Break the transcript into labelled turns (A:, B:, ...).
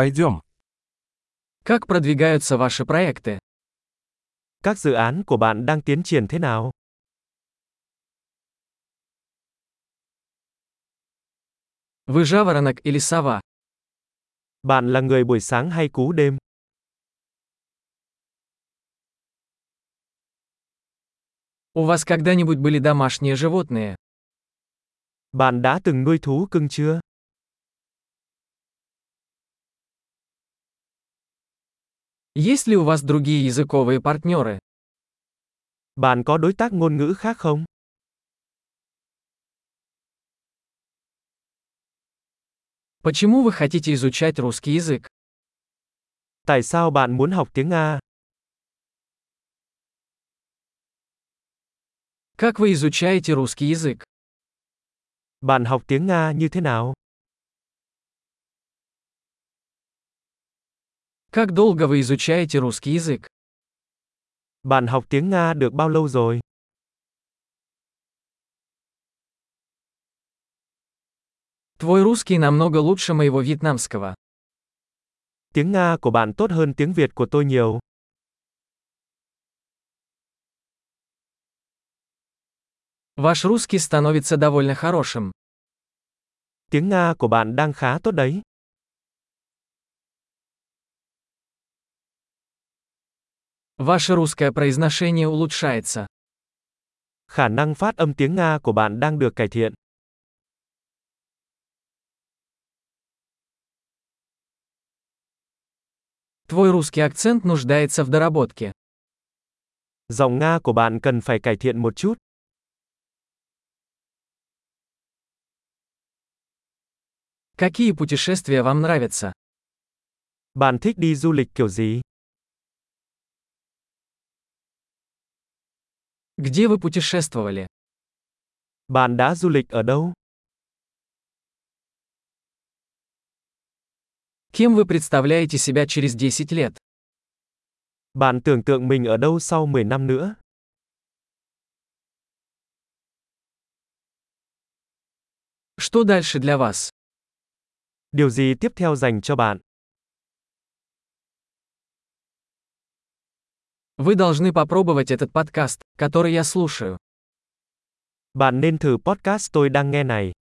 A: Пойдем.
B: Как продвигаются ваши проекты?
C: Các dự án của bạn đang tiến triển thế nào?
B: Вы жаворонок или сова?
C: Bạn là người buổi sáng hay cú đêm?
B: У вас когда-нибудь были домашние животные?
C: Bạn đã từng nuôi thú cưng chưa?
B: Есть ли у вас другие языковые партнеры?
C: Bạn có đối tác ngôn ngữ khác không?
B: Почему вы хотите изучать русский язык?
C: Tại sao bạn muốn học tiếng Nga?
B: Как вы изучаете русский язык?
C: Bạn học tiếng Nga như thế nào?
B: Как долго вы изучаете русский язык?
C: Bạn học tiếng Nga được bao lâu rồi?
B: Твой русский намного лучше моего вьетнамского.
C: Tiếng Nga của bạn tốt hơn tiếng Việt của tôi nhiều.
B: Ваш русский становится довольно хорошим.
C: Tiếng Nga của bạn đang khá tốt đấy.
B: Ваше русское произношение улучшается.
C: Khả năng phát âm tiếng Nga của bạn đang được cải thiện.
B: Твой русский акцент нуждается в доработке.
C: Giọng Nga của bạn cần phải cải thiện một chút.
B: Какие путешествия вам нравятся?
C: Bạn thích đi du lịch kiểu gì?
B: Где вы путешествовали?
C: Bạn đã du lịch ở đâu?
B: Кем вы представляете себя через 10 лет?
C: Bạn tưởng tượng mình ở đâu sau 10 năm nữa?
B: Что дальше для вас?
C: Điều gì tiếp theo dành cho bạn?
B: Вы должны попробовать этот подкаст, который я слушаю.
C: Bạn nên thử podcast tôi đang nghe này.